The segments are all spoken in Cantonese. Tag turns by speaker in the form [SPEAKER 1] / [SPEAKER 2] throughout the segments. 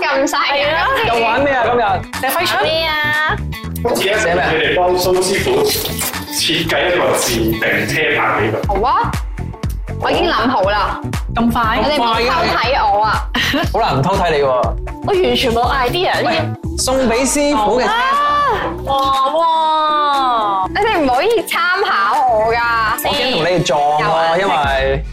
[SPEAKER 1] 咁嘥
[SPEAKER 2] 係啊
[SPEAKER 1] 嘅。
[SPEAKER 3] 又玩咩啊？今日寫揮春，
[SPEAKER 1] 咩啊？
[SPEAKER 4] 今次咧請你哋幫蘇師傅設計一個自定車牌俾佢。
[SPEAKER 1] 好啊，我已經諗好啦，
[SPEAKER 2] 咁快
[SPEAKER 1] 你哋唔好
[SPEAKER 3] 快啊
[SPEAKER 1] 偷睇我啊！
[SPEAKER 3] 好難唔偷睇你喎。
[SPEAKER 2] 我完全冇 idea 呢
[SPEAKER 3] 送俾師傅嘅車牌，
[SPEAKER 2] 啲。哇哇！
[SPEAKER 1] 你哋唔可以參考我噶，
[SPEAKER 3] 我驚同你哋撞
[SPEAKER 1] 有
[SPEAKER 3] 喎，
[SPEAKER 1] 啊
[SPEAKER 3] 因為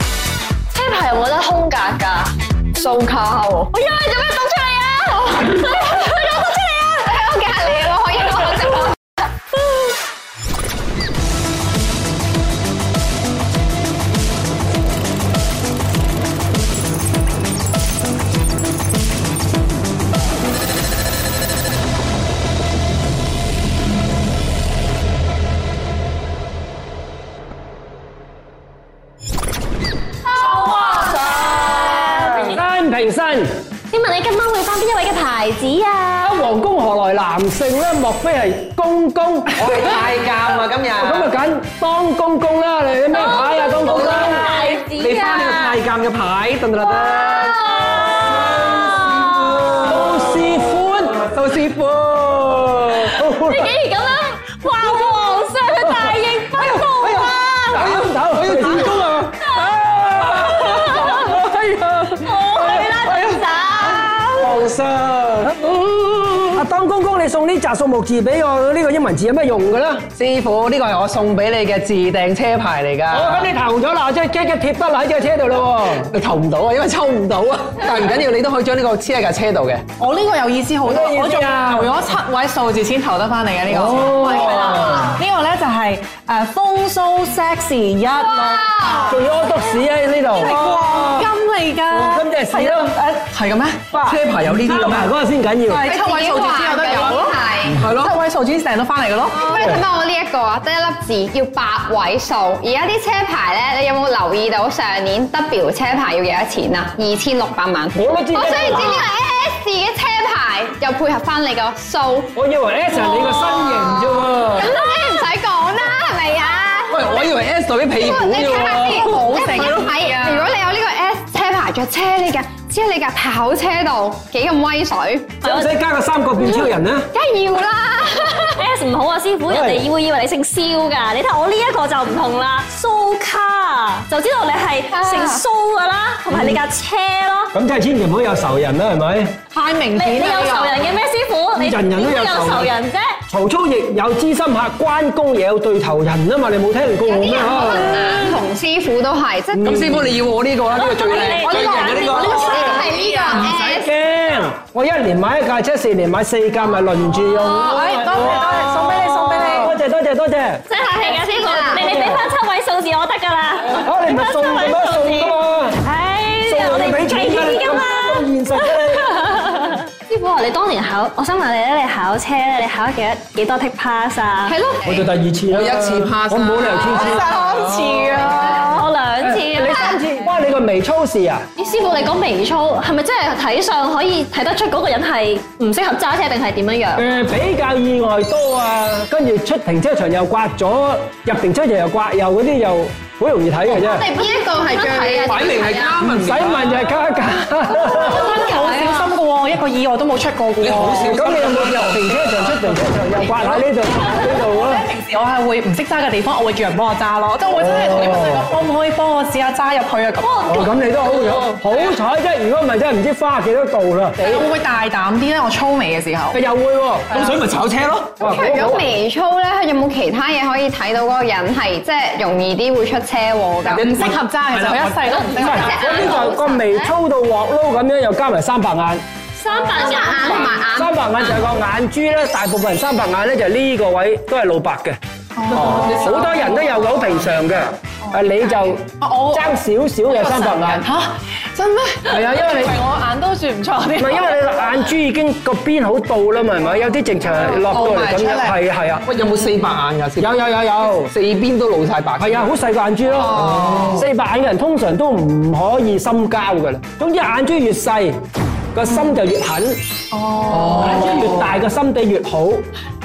[SPEAKER 2] 車牌有冇得空格㗎？
[SPEAKER 1] 掃卡喎。哎呀，你做咩讀出嚟啊？你做咩讀出嚟啊？喺我隔離喎，可以攞直播。
[SPEAKER 5] 平身平身，
[SPEAKER 1] 請問你今晚會翻邊一位嘅牌子啊？
[SPEAKER 5] 啊皇宮何來男性咧？莫非係公公？
[SPEAKER 3] 我係太監啊，今
[SPEAKER 5] 咁啊
[SPEAKER 3] 日。
[SPEAKER 5] 揀當公公啦！你咩牌啊？當公公，
[SPEAKER 1] 牌子
[SPEAKER 3] 你翻呢個太監嘅牌，噔噔噔噔。
[SPEAKER 5] 杜士歡，杜士歡。
[SPEAKER 1] 竟然咁樣話皇上嘅大逆不道
[SPEAKER 5] 哎呀，打針頭，我要自宮啊！哎呀，
[SPEAKER 1] 我去啦，
[SPEAKER 3] 皇上，
[SPEAKER 5] 阿當公公，你送呢紮數目字俾我，呢個英文字有咩用㗎啦？
[SPEAKER 3] 師傅，呢個係我送俾你嘅自訂車牌嚟
[SPEAKER 5] 我
[SPEAKER 3] 㗎。
[SPEAKER 5] 哦咁你投咗啦，即係即刻貼得喺隻車度咯喎！
[SPEAKER 3] 你投唔到啊，因為抽唔到啊。但係唔緊要，你都可以將呢個黐喺架車度嘅。
[SPEAKER 2] 我哦呢個有意思哦好多，
[SPEAKER 5] 有
[SPEAKER 2] 我
[SPEAKER 5] 意思
[SPEAKER 2] 仲
[SPEAKER 5] 啊
[SPEAKER 2] 投咗七位數字先投得翻嚟嘅呢個。係
[SPEAKER 5] 哦
[SPEAKER 2] 啦呢個咧就係誒風騷 sexy 一六
[SPEAKER 5] 仲要屙督屎喺呢度，哦
[SPEAKER 2] 金嚟㗎，
[SPEAKER 5] 黃金即係屎咯
[SPEAKER 2] 誒係嘅咩？
[SPEAKER 3] 車牌有呢啲嘅
[SPEAKER 5] 同
[SPEAKER 3] 咩
[SPEAKER 5] 埋？嗰個先緊要。
[SPEAKER 2] 係七位數字先有得有咯，
[SPEAKER 1] 係。
[SPEAKER 2] 係咯，七位數字先成得翻嚟嘅咯。
[SPEAKER 1] 不如睇下我呢一個啊，得一粒字，要八位數。而家啲車牌咧，你有冇留意到上年 W 車牌要幾多錢啊？二千六百萬。
[SPEAKER 5] 我都知
[SPEAKER 1] 我想要知呢個 S 嘅車牌，又配合翻你個數，
[SPEAKER 5] 我以為 S 係你個身形啫
[SPEAKER 1] 咁
[SPEAKER 5] 喎，
[SPEAKER 1] 你唔使講啦，係咪啊？
[SPEAKER 3] 喂，我以為 S 代表屁股
[SPEAKER 1] 你
[SPEAKER 3] 嘅
[SPEAKER 1] 睇
[SPEAKER 5] 啊
[SPEAKER 1] 下先，
[SPEAKER 3] 喎。
[SPEAKER 2] 好
[SPEAKER 1] 一
[SPEAKER 2] 食
[SPEAKER 1] 睇
[SPEAKER 2] 咯
[SPEAKER 1] 一睇，如果你有呢個 S 車牌着車呢架，只係你架跑車度幾咁威水，
[SPEAKER 5] 使唔使加個三角變超人啊？
[SPEAKER 1] 梗係要啦。
[SPEAKER 6] S 唔好啊，師傅， 人哋會以為你姓蕭㗎。你睇我呢一個就唔同啦，蘇卡就知道你係
[SPEAKER 5] 啊
[SPEAKER 6] 姓蘇㗎啦，同埋你架車咯。
[SPEAKER 5] 咁真係千祈唔好有仇人啦，係咪？
[SPEAKER 2] 太明
[SPEAKER 6] 你你
[SPEAKER 2] 顯
[SPEAKER 6] 有
[SPEAKER 2] 啦呢
[SPEAKER 6] 仇
[SPEAKER 2] 個
[SPEAKER 6] 人嘅咩，師傅？你
[SPEAKER 5] 嗯人人都有
[SPEAKER 6] 點會
[SPEAKER 5] 仇人
[SPEAKER 6] 仇人啫？
[SPEAKER 5] 曹操亦有知心客，關公亦有對頭人啊嘛，你冇聽過
[SPEAKER 1] 有
[SPEAKER 5] 咩
[SPEAKER 1] 啲人可能眼紅師傅都係，即係
[SPEAKER 3] 咁師傅你要我呢個啦，呢個最靚，
[SPEAKER 6] 我
[SPEAKER 3] 最
[SPEAKER 6] 呢個
[SPEAKER 3] 型嘅呢個
[SPEAKER 6] 我。呢
[SPEAKER 1] 呢
[SPEAKER 6] 個
[SPEAKER 1] 係呢個 S。
[SPEAKER 5] 驚！我一年買一架車，四年買四架，咪輪住用咯。
[SPEAKER 2] 哎多謝多謝送俾你送俾你
[SPEAKER 5] 多謝多謝多謝。
[SPEAKER 6] 真係客氣㗎，師傅，你你俾翻七位數字我得㗎啦。
[SPEAKER 5] 啊，你唔係送嘅咩？送㗎嘛，
[SPEAKER 6] 唉，
[SPEAKER 5] 送
[SPEAKER 6] 我
[SPEAKER 5] 我
[SPEAKER 6] 哋
[SPEAKER 5] 哋俾
[SPEAKER 6] 計
[SPEAKER 5] 錢
[SPEAKER 6] 呢
[SPEAKER 5] 㗎，
[SPEAKER 6] 啲㗎嘛。
[SPEAKER 5] 咁現實嘅你。
[SPEAKER 6] 師傅話你當年考，我想問你咧，你考車咧，你考咗幾多幾多 take pass 啊？
[SPEAKER 1] 係咯，
[SPEAKER 5] 我做第二次啦，
[SPEAKER 3] 我一次 pass 啦
[SPEAKER 5] 我冇理由次次。
[SPEAKER 2] 三次啊！
[SPEAKER 6] 我兩次啊。
[SPEAKER 5] 你三次，哇！你個微粗事啊？
[SPEAKER 6] 咦，師傅，你講微操係咪真係睇上可以睇得出嗰個人係唔適合揸車定係點樣樣？
[SPEAKER 5] 誒，比較意外多啊，跟住出停車場又刮左，入停車場又刮右，嗰啲又好容易睇嘅啫
[SPEAKER 1] 我。哋邊一個係最
[SPEAKER 3] 擺明係嘉文
[SPEAKER 5] 唔
[SPEAKER 3] 嚟㗎
[SPEAKER 5] 使問就係加價。
[SPEAKER 2] 好小心嘅喎，一個意外都冇出過嘅喎。
[SPEAKER 3] 你好小心
[SPEAKER 5] 咁你有冇入停車場、出停車場又刮喺呢度呢度啊？
[SPEAKER 2] 平時我係會唔識揸嘅地方，我會叫人幫我揸咯。即係我會真係同你個細哥，可唔可以幫我試下揸入去啊？咁
[SPEAKER 5] 哦，咁你都好好彩啫！如果唔係真係唔知花幾多度啦。
[SPEAKER 2] 我會唔會大膽啲咧？我粗眉嘅時候，
[SPEAKER 5] 又會喎，
[SPEAKER 3] 咁所以咪炒車咯。
[SPEAKER 5] 哇
[SPEAKER 1] 除咗微操咧，佢有冇其他嘢可以睇到嗰個人係即係容易啲會出車禍㗎？
[SPEAKER 2] 唔適合揸，其實佢一世都唔適
[SPEAKER 5] 唔
[SPEAKER 2] 合
[SPEAKER 5] 係，
[SPEAKER 2] 揸。
[SPEAKER 5] 嗰啲就係個眉粗到鑊撈咁樣，又加埋三白眼。
[SPEAKER 6] 三百
[SPEAKER 1] 眼同埋眼
[SPEAKER 5] 三白眼就係個眼珠咧，大部分人三白眼咧就係呢個位都係露白嘅，好多人都有嘅，好平常嘅。啊，你就
[SPEAKER 2] 我
[SPEAKER 5] 爭少少嘅三白眼。
[SPEAKER 2] 嚇，真咩？
[SPEAKER 5] 啊係啊因為你
[SPEAKER 2] 我眼都算唔錯
[SPEAKER 5] 唔係
[SPEAKER 2] 啲。
[SPEAKER 5] 因為你眼珠已經個邊好到啦嘛，係咪？有啲直情落到嚟咁樣，係啊係啊，
[SPEAKER 3] 喂，有冇四百眼㗎？師傅
[SPEAKER 5] 有有有有，
[SPEAKER 3] 四邊都露晒白。
[SPEAKER 5] 係啊，好細個眼珠咯。四白眼嘅人通常都唔可以深交㗎啦。總之眼珠越細，個心就越狠。哦，眼珠越大個心地越好。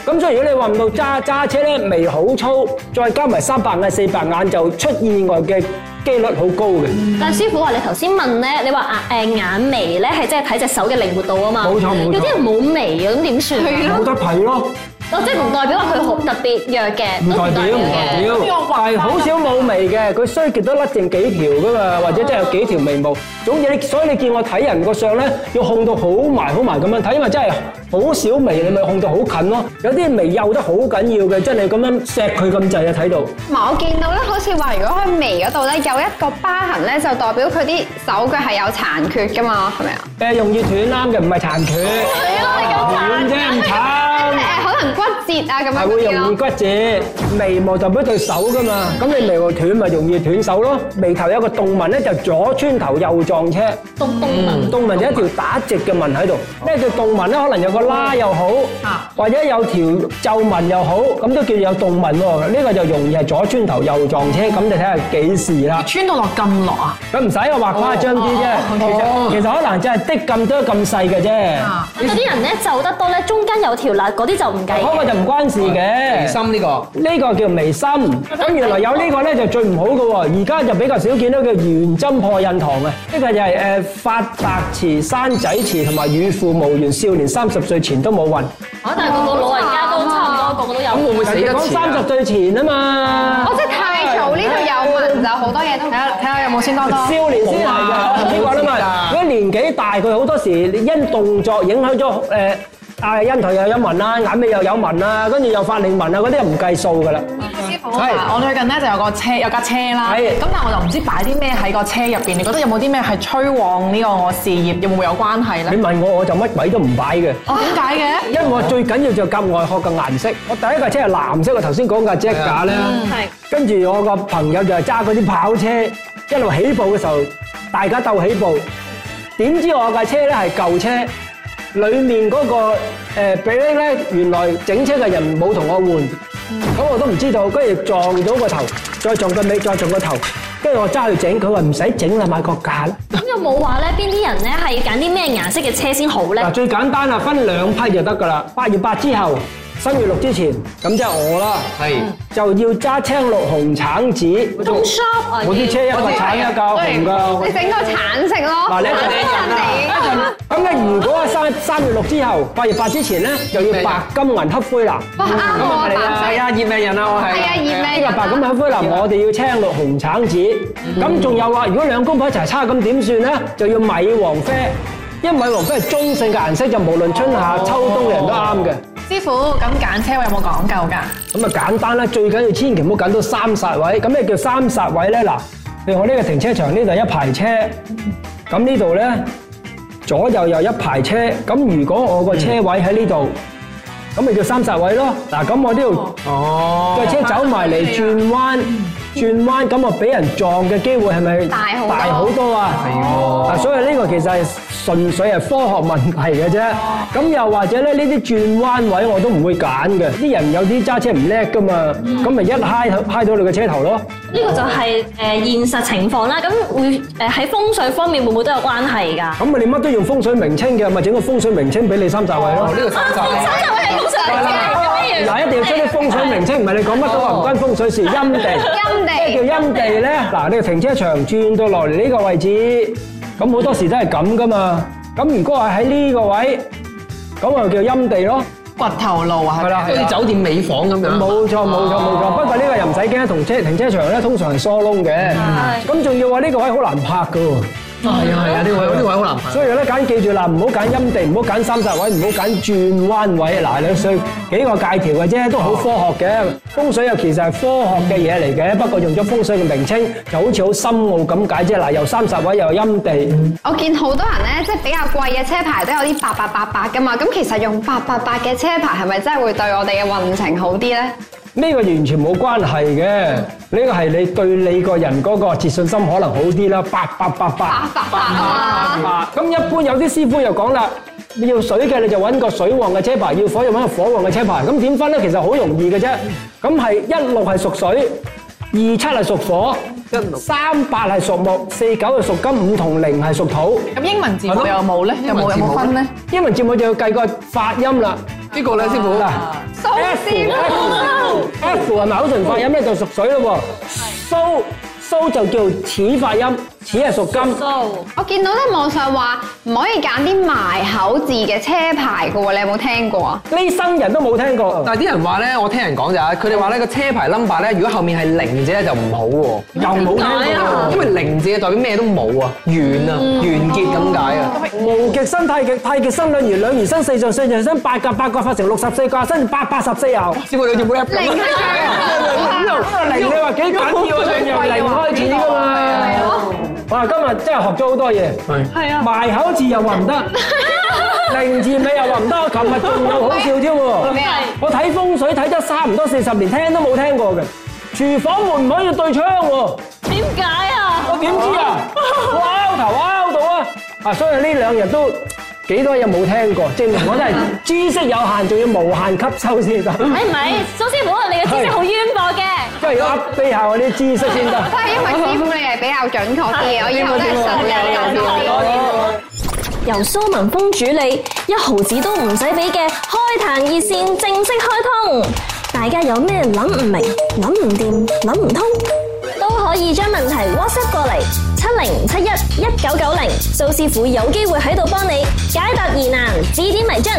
[SPEAKER 5] 咁所以如果你話唔到揸揸車咧，眉好粗，再加埋三白眼四白眼就出意外嘅機率好高嘅。
[SPEAKER 6] 但師傅話你頭先問咧，你話眼誒眼眉咧係真係睇隻手嘅靈活度啊嘛。
[SPEAKER 5] 冇錯冇錯
[SPEAKER 6] 有啲人冇眉啊，咁點算啊？
[SPEAKER 5] 冇得睇咯，
[SPEAKER 6] 哦，即係唔代表話佢好特別弱嘅，
[SPEAKER 5] 唔
[SPEAKER 6] 都
[SPEAKER 5] 代表，唔代表，但係好少冇眉嘅，佢衰極都甩剩幾條噶嘛，或者真係有幾條眉毛。總之你，所以你見我睇人個相咧，要控到好埋好埋咁樣睇，因為真係好少眉，你咪控到好近咯。有啲眉幼得好緊要嘅，真係咁樣錫佢咁滯啊，睇到。
[SPEAKER 1] 唔係，我見到咧，好似話如果佢眉嗰度咧有一個疤痕咧，就代表佢啲手腳係有殘缺噶嘛，係咪啊？
[SPEAKER 5] 誒容易斷啱嘅，唔係殘缺，
[SPEAKER 1] 係咯，你
[SPEAKER 5] 斷啫唔
[SPEAKER 1] 即
[SPEAKER 5] 慘。
[SPEAKER 1] 係可能骨折啊咁樣
[SPEAKER 5] 係
[SPEAKER 1] 嗰
[SPEAKER 5] 會
[SPEAKER 1] 啲
[SPEAKER 5] 容易
[SPEAKER 1] 咯。
[SPEAKER 5] 骨折，眉毛代表對手噶嘛，咁你眉毛斷咪容易斷手咯。眉頭有個動紋咧，就左穿頭右撞車，
[SPEAKER 6] 動動紋。
[SPEAKER 5] 動紋就一條打直嘅紋喺度。咩叫動紋咧？可能有個拉又好，或者有條皺紋又好，咁都叫有動紋喎。呢個就容易係左穿頭右撞車，咁你睇下幾時啦。
[SPEAKER 2] 穿到落咁落啊！
[SPEAKER 5] 咁唔使我話誇張啲啫，其實其實可能真係的咁多咁細嘅啫，
[SPEAKER 6] 有啲人咧皺得多咧，中間有條罅，嗰啲就唔計嘅。
[SPEAKER 5] 嗰個哦就唔關事嘅。呢個叫眉心，咁原來有呢個咧就最唔好嘅喎，而家就比較少見到叫原針破印堂嘅，呢個就係誒發白遲、生仔遲同埋與父無緣，少年三十歲前都冇運。
[SPEAKER 6] 啊但係個個老人家都差唔多，個個都有。
[SPEAKER 5] 嗯講三十歲前啊嘛
[SPEAKER 1] 我，真係太早呢度有紋就好多嘢都唔
[SPEAKER 2] 睇下睇下有冇先多多。
[SPEAKER 5] 少年先 係㗎，呢個啦嘛。如果年紀大，佢好多時因動作影響咗誒。啊！印堂又有紋啦，眼尾又有紋啦，跟住又法令紋啊，嗰啲又唔計數噶啦。
[SPEAKER 1] 師傅
[SPEAKER 2] 嗱我最近咧就有個車，有架車啦。
[SPEAKER 5] 係
[SPEAKER 2] 咁但係我就唔知擺啲咩喺個車入邊，你覺得有冇啲咩係催旺呢個我事業，有冇有關係
[SPEAKER 5] 你
[SPEAKER 2] 咧？
[SPEAKER 5] 問我，我就乜鬼都唔擺嘅。
[SPEAKER 2] 哦，點解嘅？
[SPEAKER 5] 因為我最緊要就夾外殼嘅顏色，我第一架車係藍色，我頭先講架 j 架咧，跟住我個朋友就係揸嗰啲跑車，一路起步嘅時候，大家鬥起步，點知我架車咧係舊車，裡面嗰、個誒 brake 咧，原來整車嘅人冇同我換，咁我都唔知道，跟住撞到個頭，再撞個尾，再撞個頭，跟住我揸去整，佢話唔使整啦，買個架啦。
[SPEAKER 6] 咁有冇話咧？邊啲人咧係揀啲咩顏色嘅車先好咧
[SPEAKER 5] 嗱，？最簡單啦，分兩批就得噶啦。八月八之後，三月六之前，咁即係我啦，就要揸青綠紅橙紫。
[SPEAKER 6] 中 shop 啊，
[SPEAKER 5] 我啲車一個橙一個紅噶。
[SPEAKER 1] 你整個橙色咯，
[SPEAKER 5] 嗱你一陣咁咧，如果係三三月六之後，八月八之前咧，就要白金銀黑灰哎藍。
[SPEAKER 1] 哇啱我啊白色，係啊熱咩
[SPEAKER 5] 呢個白金銀黑灰
[SPEAKER 1] 啊
[SPEAKER 5] 藍，我哋要青綠紅橙紫。
[SPEAKER 1] 嗯
[SPEAKER 5] 咁仲有啊，如果兩公婆一齊差咁點算咧？就要米黃啡，因為米黃啡係中性嘅顏色，就無論春夏
[SPEAKER 1] 哦
[SPEAKER 5] 秋冬嘅人都啱嘅。
[SPEAKER 2] 師傅，咁揀車有冇講究㗎？
[SPEAKER 5] 咁啊簡單啦，最緊要千祈唔好揀到三煞位。咁咩叫三煞位咧？嗱，譬如我呢個停車場呢度一排車，咁呢度咧左右又一排車。咁如果我個車位喺呢度，咁咪叫三煞位咯。嗱，咁我呢度個車走埋嚟轉彎。轉彎咁我俾人撞嘅機會係咪
[SPEAKER 1] 大好多
[SPEAKER 5] 大好多啊？係喎，所以呢個其實係純粹係科學 問題嘅啫。咁又或者咧，呢啲轉彎位我都唔會揀嘅。啲人有啲揸車唔叻噶嘛，咁咪一揩頭揩到你個車頭咯。
[SPEAKER 6] 呢個就係誒現實情況啦。咁會誒喺風水方面會唔會都有關係㗎？
[SPEAKER 5] 咁咪你乜都用風水名稱嘅，咪整個風水名稱俾你三煞位咯。
[SPEAKER 6] 啊 Dạ,
[SPEAKER 5] 嗱，一定要將啲風水名稱，唔係你講乜都話唔關風水事，陰地。
[SPEAKER 1] 陰地
[SPEAKER 5] 咩叫陰地咧？嗱，你個停車場轉到落嚟呢個位置，咁好多時都係咁噶嘛。咁如果係喺呢個位，咁啊叫陰地咯。
[SPEAKER 2] 掘頭路啊，係咪
[SPEAKER 5] 啦冇錯冇錯冇錯，不過呢個又唔使驚，同車停車場咧通常係疏窿嘅，咁仲要話呢個位好難拍嘅喎，所以咧揀記住啦，唔好揀陰地，唔好揀三煞位，唔好揀轉彎位，嗱你上幾個界條嘅啫，都好科學嘅。風水又其實係科學嘅嘢嚟嘅，不過用咗風水嘅名稱就好似好深奧咁解啫。嗱，又三煞位又陰地，
[SPEAKER 1] 我見好多人咧，即係比較貴嘅車牌都有啲八八八八噶嘛，咁其實用八八八嘅車牌係咪真係會對我哋嘅運程好啲咧？
[SPEAKER 5] 呢個完全冇關係嘅，呢個係你對你個人嗰個自信心可能好啲啦，八八八八
[SPEAKER 1] 八。八八啊！
[SPEAKER 5] 啊，咁一般有啲師傅又講啦，你要水嘅你就揾個水旺嘅車牌，要火就揾個火旺嘅車牌。咁點分咧？其實好容易嘅啫。咁係一六係屬水，二七係屬火，三八係屬木，四九係屬金，五同零係屬土。
[SPEAKER 2] 咁英文字母有冇咧？有冇有冇分咧？
[SPEAKER 5] 英文字母就要計個發音啦。嗱
[SPEAKER 1] 蘇師
[SPEAKER 5] ，F
[SPEAKER 1] 傅
[SPEAKER 5] F F 係咪口唇發音咧就屬水咯喎，蘇蘇就叫始發音，始係屬金。
[SPEAKER 6] 蘇
[SPEAKER 1] 我見到咧網上話唔可以揀啲埋口字嘅車牌嘅喎，你有冇聽過啊？
[SPEAKER 5] 呢生人都冇聽過。
[SPEAKER 3] 但係啲人話咧，我聽人講咋，佢哋話咧個車牌 number 咧，如果後面係零字咧就唔好喎。
[SPEAKER 5] 又
[SPEAKER 6] 點
[SPEAKER 5] 冇聽
[SPEAKER 6] 解
[SPEAKER 5] 過
[SPEAKER 6] 啊，
[SPEAKER 3] 因為零字嘅代表咩都冇啊，完啊，完結咁解啊。
[SPEAKER 5] 無極生太極，太極生兩儀，兩儀生四象，四象生八格，八格化成六十四卦，生八八十四啊爻。
[SPEAKER 3] 知我哋做冇 rap
[SPEAKER 1] 零係最好啊！
[SPEAKER 5] 零你話幾緊要啊？由零開始噶嘛。啊哇！今日真係學咗好多嘢。係啊。埋口字又話唔得，零字尾又話唔得。琴日仲有好笑添喎。
[SPEAKER 1] 咩啊？
[SPEAKER 5] 我睇風水睇得差唔多四十年，聽都冇聽過嘅。廚房門唔可以對窗喎，
[SPEAKER 6] 點解啊？
[SPEAKER 5] 我點知啊？我拗頭拗到啊！啊，所以呢兩日都幾多嘢冇聽過，證明我真係知識有限，仲要無限吸收先得。
[SPEAKER 6] 誒唔係，蘇師傅，你嘅知識好淵博嘅。
[SPEAKER 5] 即係要 update 下我啲知識先得。
[SPEAKER 1] 都係因為師傅你係比較準確啲嘅，我以後都係實力教練。
[SPEAKER 6] 由蘇文峰主理，一毫子都唔使俾嘅開壇熱線正式開通，大家有咩諗唔明、諗唔掂、諗唔通，都可以將問題 WhatsApp 過嚟七零七一一九九零，蘇師傅有機會喺度幫你解答疑難、指點迷津。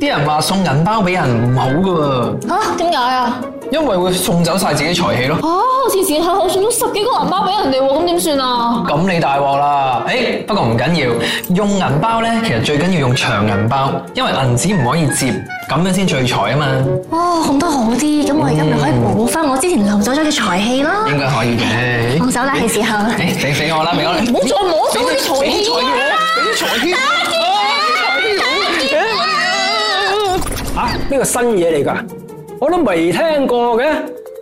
[SPEAKER 3] 啲人話送銀包俾人唔好噶喎，
[SPEAKER 6] 吓？點解啊？
[SPEAKER 3] 因為會送走晒自己財氣咯。
[SPEAKER 6] 啊！我前前後後送咗十幾個銀包俾人哋喎，咁點算啊？
[SPEAKER 3] 咁你大鑊啦！誒、不過唔緊要，用銀包呢，其實最緊要用長銀包，因為銀紙唔可以摺，咁樣先聚財啊嘛，
[SPEAKER 7] 哦，咁都好啲，咁我而家咪可以補翻我之前流走咗嘅財氣咯。
[SPEAKER 3] 應該可以嘅。
[SPEAKER 7] 放手啦，係時候。
[SPEAKER 3] 誒、俾俾我啦，俾我啦！唔好再摸咗啲財氣啊！俾啲財氣啊！
[SPEAKER 5] 嚇呢個新嘢嚟㗎，我都未聽過嘅。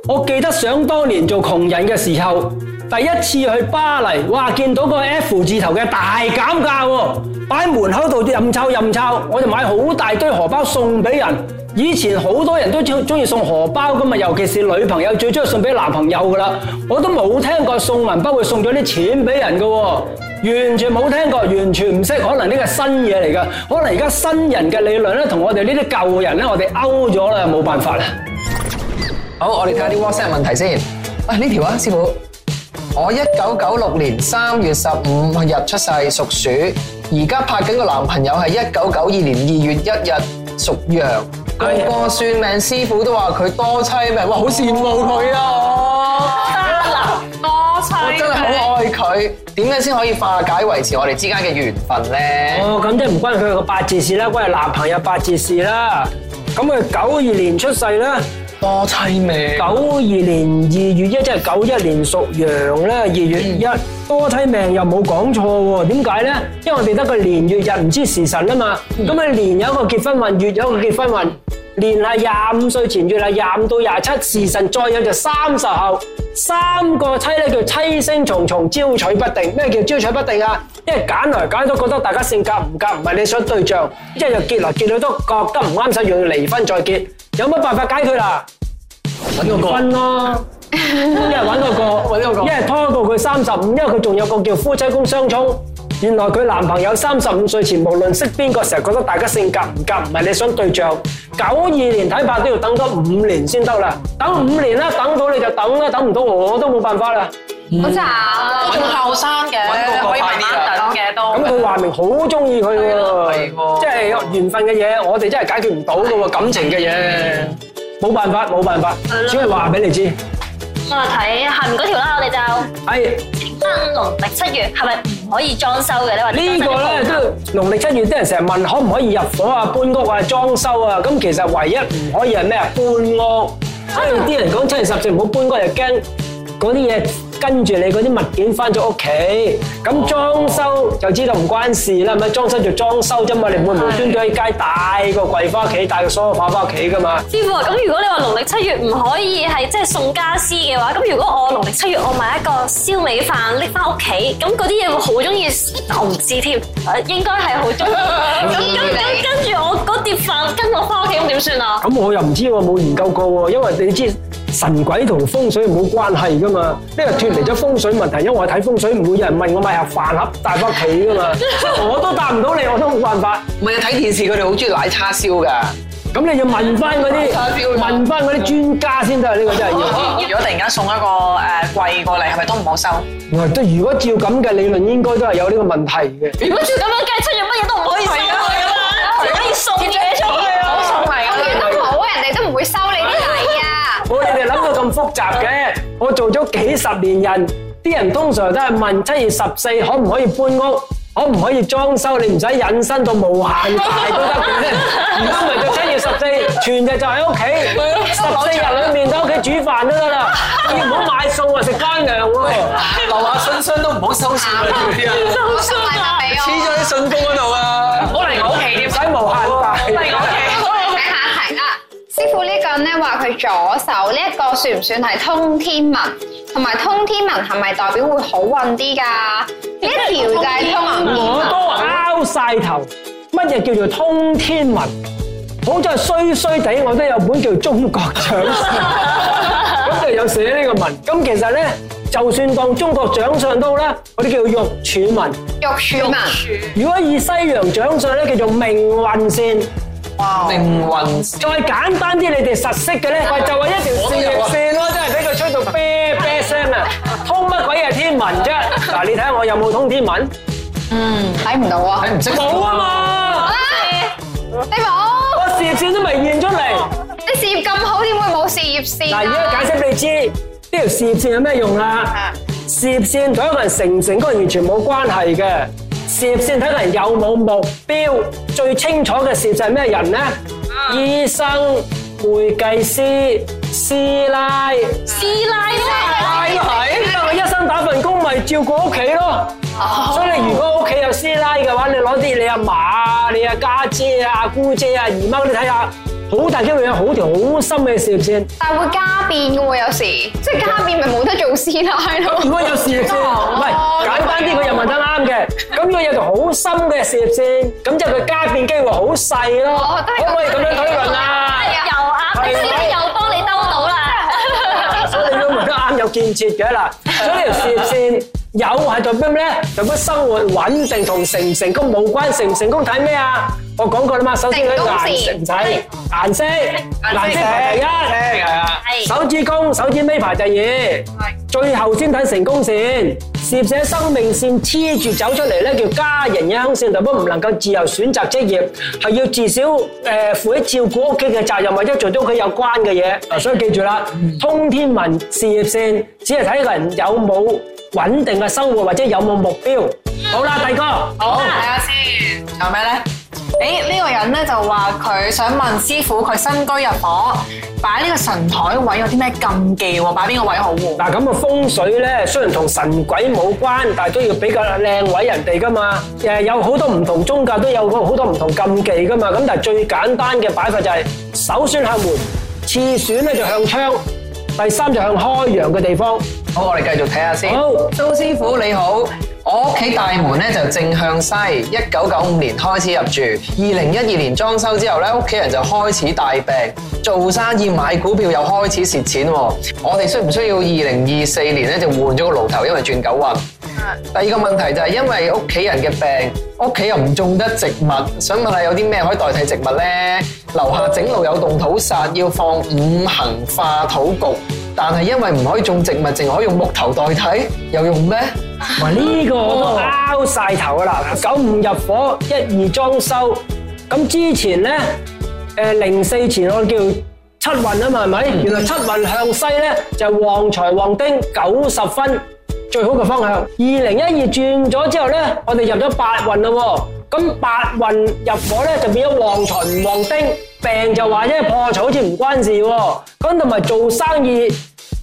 [SPEAKER 5] 我記得想當年做窮人嘅時候，第一次去巴黎，哇！見到個 F 字頭嘅大減價喎，擺喺門口度任抄任抄，我就買好大堆荷包送俾人。以前好多人都中中意送荷包㗎嘛，尤其是女朋友最中意送俾男朋友㗎啦。我都冇聽過送銀包會送咗啲錢俾人㗎喎。完全冇聽過，完全唔識，可能呢個係新嘢嚟噶，可能而家新人嘅理論咧，同我哋呢啲舊人咧，我哋勾咗啦，冇辦法啦。
[SPEAKER 3] 好，我哋睇下啲 WhatsApp 問題先。喂，呢條啊，師傅，我一九九六年三月十五日出世，屬鼠。而家拍緊個男朋友係一九九二年二月一日，屬羊。個
[SPEAKER 5] 哎呀
[SPEAKER 3] 個算命師傅都話佢多妻命，哇，好羨慕佢啊！我我真係好愛佢，點樣先可以化解維持我哋之間嘅緣分呢？
[SPEAKER 5] 哦，咁即係唔關佢個八字事啦，關係男朋友八字事啦。咁佢九二年出世啦，
[SPEAKER 3] 多妻命
[SPEAKER 5] 九二年二月一，即係九一年屬羊啦，二月一。多妻命又冇講錯喎，點解呢？因為我哋得個年月日唔知時辰啊嘛。咁你年有一個結婚運，月有一個結婚運，年係廿五歲前，月係廿五到廿七，時辰再有就三十後。三個妻咧叫妻星重重，招取不定。咩叫招取不定啊？因為揀來揀去都覺得大家性格唔夾，唔係你想對象，一係就結來結去都覺得唔啱手，仲要離婚再結，有乜辦法解決啦？
[SPEAKER 3] 揾個
[SPEAKER 5] 分咯，一係揾個個，
[SPEAKER 3] 揾嗰個
[SPEAKER 5] 一係拖到佢三十五，因為佢仲有個叫夫妻宮相沖。原來佢男朋友三十五歲前，無論識邊個，成日覺得大家性格唔夾，唔係你想對象。九二年睇怕都要等多五年先得啦，等五年啦，等到你就等啦，等唔到我都冇辦法啦。
[SPEAKER 1] 好慘，
[SPEAKER 8] 仲後生嘅，
[SPEAKER 3] 搵個
[SPEAKER 8] 可以慢
[SPEAKER 3] 快啲啊
[SPEAKER 8] 慢等嘅都。
[SPEAKER 5] 咁佢話明好中意佢喎
[SPEAKER 3] 係，喎
[SPEAKER 5] 即係緣分嘅嘢，我哋真係解決唔到嘅喎，感情嘅嘢冇辦法，冇辦法，只係話俾你知。
[SPEAKER 6] 我睇恨嗰條啦，我哋就
[SPEAKER 5] 係。
[SPEAKER 6] 燈籠曆七月係咪唔可以裝修嘅？你話
[SPEAKER 5] 呢個咧都農曆七月啲人成日問可唔可以入伙啊、搬屋啊、裝修啊，咁其實唯一唔可以係咩啊？搬屋，所以啲人講七月十四唔好搬屋，又驚嗰啲嘢跟住你嗰啲物件翻咗屋企，咁裝修就知道唔關事啦，係咪？裝修就裝修啫嘛，你唔會無端端喺街帶個櫃翻屋企，帶個梳化翻屋企噶嘛。
[SPEAKER 6] 師傅啊，咁如果你話農曆七月唔可以係即係送家私嘅話，咁如果我農曆七月我買一個燒味飯拎翻屋企，咁嗰啲嘢會好中意，我唔知添，誒應該係好中意。咁咁咁跟住我嗰碟飯跟我翻屋企咁點算啊？
[SPEAKER 5] 咁我又唔知喎，冇研究過喎，因為你知神鬼同風水冇關係噶嘛，呢個脱離咗風水問題，因為我睇風水唔會有人問我買盒飯盒帶翻屋企噶嘛，所以我都答唔到你，我都冇辦法。
[SPEAKER 3] 唔係啊！睇電視佢哋好中意奶叉燒㗎。
[SPEAKER 5] 咁你要問翻嗰啲問翻嗰啲專家先得，呢個 真係要。
[SPEAKER 8] 如果突然間送一個誒貴過嚟，係咪都唔好收？
[SPEAKER 5] 我都如果照咁嘅理論，應該都係有呢個問題嘅。
[SPEAKER 6] 如果照咁樣計，七月乜嘢都唔可以收
[SPEAKER 5] 啊
[SPEAKER 6] 㗎
[SPEAKER 8] 啊
[SPEAKER 6] 啦，只可以送嘢出去
[SPEAKER 8] 好送嚟
[SPEAKER 1] 我
[SPEAKER 8] 啊！
[SPEAKER 1] 哋都冇，人哋都唔會收你啲禮啊！
[SPEAKER 5] 我哋哋諗到咁複雜嘅，我做咗幾十年人，啲人通常都係問七月十四可唔可以搬屋，可唔可以裝修，你唔使引申到無限大都得嘅啫。唔通咪到七月十四，全日就喺屋企，十四日裏面都喺屋企煮飯都得啦，要唔好買餸啊，食乾糧喎。
[SPEAKER 8] 啊
[SPEAKER 3] 樓下信箱都唔好收 線啦，啲啊，
[SPEAKER 1] 我收禮物俾
[SPEAKER 3] 黐
[SPEAKER 1] 我。
[SPEAKER 3] 咗喺信封嗰度啊！
[SPEAKER 8] 好嚟我屋企
[SPEAKER 5] 唔
[SPEAKER 8] 添，
[SPEAKER 5] 使無限大。
[SPEAKER 8] 嚟我屋企。
[SPEAKER 1] 睇下一題啦，師傅呢個人咧話佢左手呢一個算唔算係通天文？同埋通天文係咪代表會好運啲㗎？呢一條就係通天
[SPEAKER 5] 我
[SPEAKER 1] 文。
[SPEAKER 5] 都拗晒頭，乜嘢叫做通天文？好在衰衰地，我都有本叫《中國掌相》，咁就有寫呢個文。咁其實咧，就算當中國掌相都好啦，我哋叫玉柱文。
[SPEAKER 1] 玉柱文，
[SPEAKER 5] 如果以西洋掌相咧，叫做命運線。
[SPEAKER 3] 命運
[SPEAKER 5] 再簡單啲，你哋實識嘅咧，喂就係一條事業線咯，真係俾佢吹到啤啤聲啊！通乜鬼嘢天文啫？嗱，你睇下我有冇通天文？
[SPEAKER 1] 睇唔到啊！
[SPEAKER 3] 睇唔識
[SPEAKER 5] 冇啊嘛，
[SPEAKER 1] 你冇，
[SPEAKER 5] 我事業線都未現出嚟。
[SPEAKER 1] 你事業咁好，點會冇事業線
[SPEAKER 5] 嗱，
[SPEAKER 1] 啊？
[SPEAKER 5] 而家解釋俾你知，呢條事業線有咩用啦？事業線同一個人成唔成功係完全冇關係嘅。事業線睇個人有冇目標，最清楚嘅事業就係咩人呢？醫生、會計師、師奶，
[SPEAKER 6] 師奶
[SPEAKER 5] 係
[SPEAKER 6] 啫。
[SPEAKER 5] 係，因為一生打份工咪照顧屋企咯。所以你如果屋企有師奶嘅話，你攞啲你阿嫲啊、你阿家姐啊、阿姑姐啊、姨媽嗰啲睇下，好大機會有好條好深嘅事業線。
[SPEAKER 1] 但係會家變嘅喎，有時即係家變咪冇得做師奶咯。
[SPEAKER 5] 如果有事業線，唔係簡單啲，佢又問得啱嘅。咁如果有條好深嘅事業線，咁即係佢加變機會好細咯
[SPEAKER 1] 哦。都係咁
[SPEAKER 5] 可唔可以咁樣推論啊？
[SPEAKER 6] 又啱，你師奶又幫你兜到啦。
[SPEAKER 5] 所以你都問得啱，有建設嘅嗱。所以呢條事業線有係代表咩咧？代表生活穩定同成唔成功冇關，成唔成功睇咩啊？我講過啦嘛，首先佢
[SPEAKER 1] 成功
[SPEAKER 5] 顏
[SPEAKER 1] 線
[SPEAKER 5] 色唔使顏色，顏色排第一。
[SPEAKER 3] 係啊，
[SPEAKER 5] 手指公、手指尾排第二，最後先睇成功線。事業者生命線黐住走出嚟咧，叫家人影響線，代表唔能夠自由選擇職業，係要至少誒負起照顧屋企嘅責任，或者做到佢有關嘅嘢。嗱，所以記住啦，通天文事業線只係睇一個人有冇穩定嘅生活，或者有冇目標。好啦，大哥。
[SPEAKER 8] 好，睇下先，有咩咧？
[SPEAKER 9] 誒呢個人咧就話佢想問師傅，佢新居入伙擺呢個神台位有啲咩禁忌喎？擺邊個位好喎？
[SPEAKER 5] 嗱咁啊，風水咧雖然同神鬼冇關，但係都要比較靚位人哋噶嘛。誒有好多唔同宗教都有好多唔同禁忌噶嘛。咁但係最簡單嘅擺法就係首選向門，次選咧就向窗，第三就向開陽嘅地方。
[SPEAKER 3] 好，我哋繼續睇下先。
[SPEAKER 5] 好，
[SPEAKER 3] 蘇師傅你好，我屋企大門咧就正向西，一九九五年開始入住，二零一二年裝修之後咧，屋企人就開始大病，做生意買股票又開始蝕錢喎。我哋需唔需要二零二四年咧就換咗個爐頭，因為轉九運？第二個問題就係因為屋企人嘅病，屋企又唔種得植物，想問下有啲咩可以代替植物呢？樓下整路有棟土煞，要放五行化土局，但係因為唔可以種植物，淨可以用木頭代替，有用咩？
[SPEAKER 5] 哇！呢個我都拗晒頭噶啦，九五入伙，一二裝修。咁之前咧，誒零四前我叫七運啊嘛，係咪？原來七運向西咧就係旺財旺丁九十分最好嘅方向。二零一二轉咗之後咧，我哋入咗八運啦喎。咁八運入伙咧就變咗旺財唔旺丁，病就話啫破財好似唔關事喎。咁同埋做生意。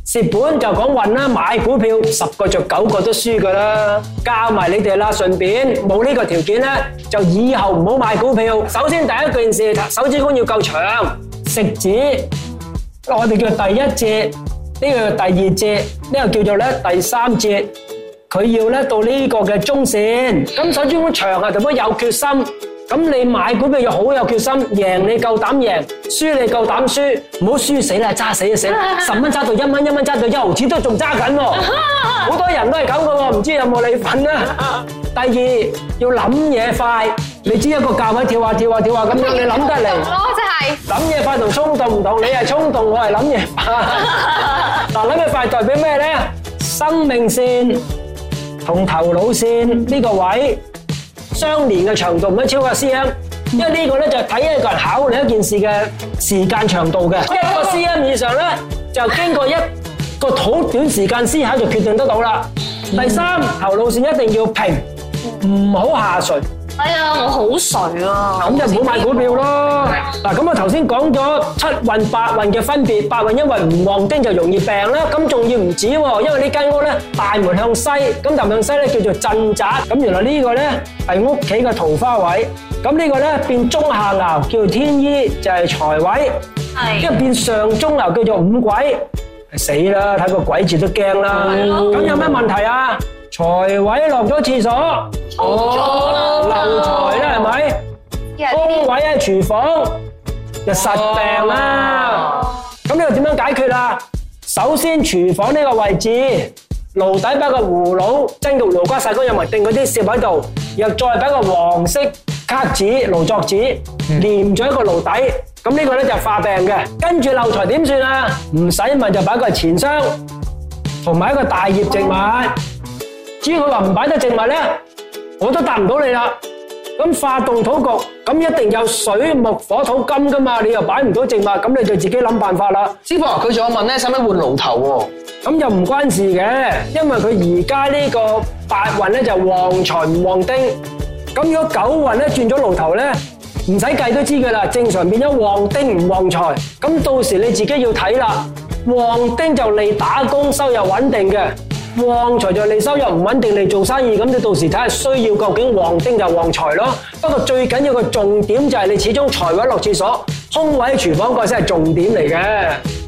[SPEAKER 5] 蝕本就講運啦，買股票十個着九個都輸噶啦，教埋你哋啦。順便冇呢個條件咧，就以後唔好買股票。首先第一件事，手指公要夠長，食指我哋叫第一節，呢個叫第二節，呢個叫做咧第三節。佢要咧到呢個嘅中線，咁手指公長啊，代表有決心。咁你買股票要好有決心，贏你夠膽贏，輸你夠膽輸，唔好輸死啦，揸死就死啦，十蚊揸到一蚊，一蚊揸到一毫子都仲揸緊喎。好多人都係咁嘅喎，唔知有冇你份啊？第二要諗嘢快，你知一個價位跳下跳下跳下咁樣，你諗得嚟。
[SPEAKER 1] 咯，哦即係
[SPEAKER 5] 諗嘢快同衝動唔同，你係衝動，我係諗嘢快。嗱，諗嘢快代表咩咧？生命線同頭腦線呢個位相連嘅長度唔可以超過 cm，因為呢個咧就係睇一個人考慮一件事嘅時間長度嘅。一個 cm 以上咧，就經過一個好短時間思考就決定得到啦。第三，頭腦線一定要平，唔好下垂。
[SPEAKER 6] 哎呀，我好水啊！
[SPEAKER 5] 咁就唔好買股票咯。嗱，咁我頭先講咗七運八運嘅分別，八運因為唔旺丁就容易病啦。咁仲要唔止喎，因為呢間屋咧大門向西，咁大門向西咧叫做鎮宅。咁原來呢個咧係屋企嘅桃花位，咁呢個咧變中下爻叫做天醫，就係財位。
[SPEAKER 6] 係
[SPEAKER 5] 一變上中流叫做五鬼，死啦！睇個鬼字都驚啦。咁有咩問題啊？財位落咗廁所，哦，漏財啦，係咪？
[SPEAKER 1] 哦
[SPEAKER 5] 工位喺廚房，就實病啦。咁呢個點樣解決啊？首先，廚房呢個位置，爐底擺個葫蘆、蒸焗蘿瓜、曬乾有埋定嗰啲攝喺度，然後再擺個黃色卡紙、勞作紙，黏咗一個爐底。咁呢個咧就化病嘅。跟住漏財點算啊？唔使問就擺個錢箱，同埋一個大葉植物。至於佢話唔擺得植物咧，我都答唔到你啦。咁化動土局，咁一定有水木火土金噶嘛，你又擺唔到植物，咁你就自己諗辦法啦。
[SPEAKER 3] 師傅啊，佢仲有問咧，使唔使換爐頭喎？
[SPEAKER 5] 咁又唔關事嘅，因為佢而家呢個八運咧就旺財唔旺丁，咁如果九運咧轉咗爐頭咧，唔使計都知噶啦，正常變咗旺丁唔旺財，咁到時你自己要睇啦。旺丁就利打工收入穩定嘅，旺財就利收入唔穩定，利做生意，咁你到時睇下需要究竟旺丁就旺財咯。不過最緊要個重點就係你始終財位落廁所，空位喺廚房個先係重點嚟嘅。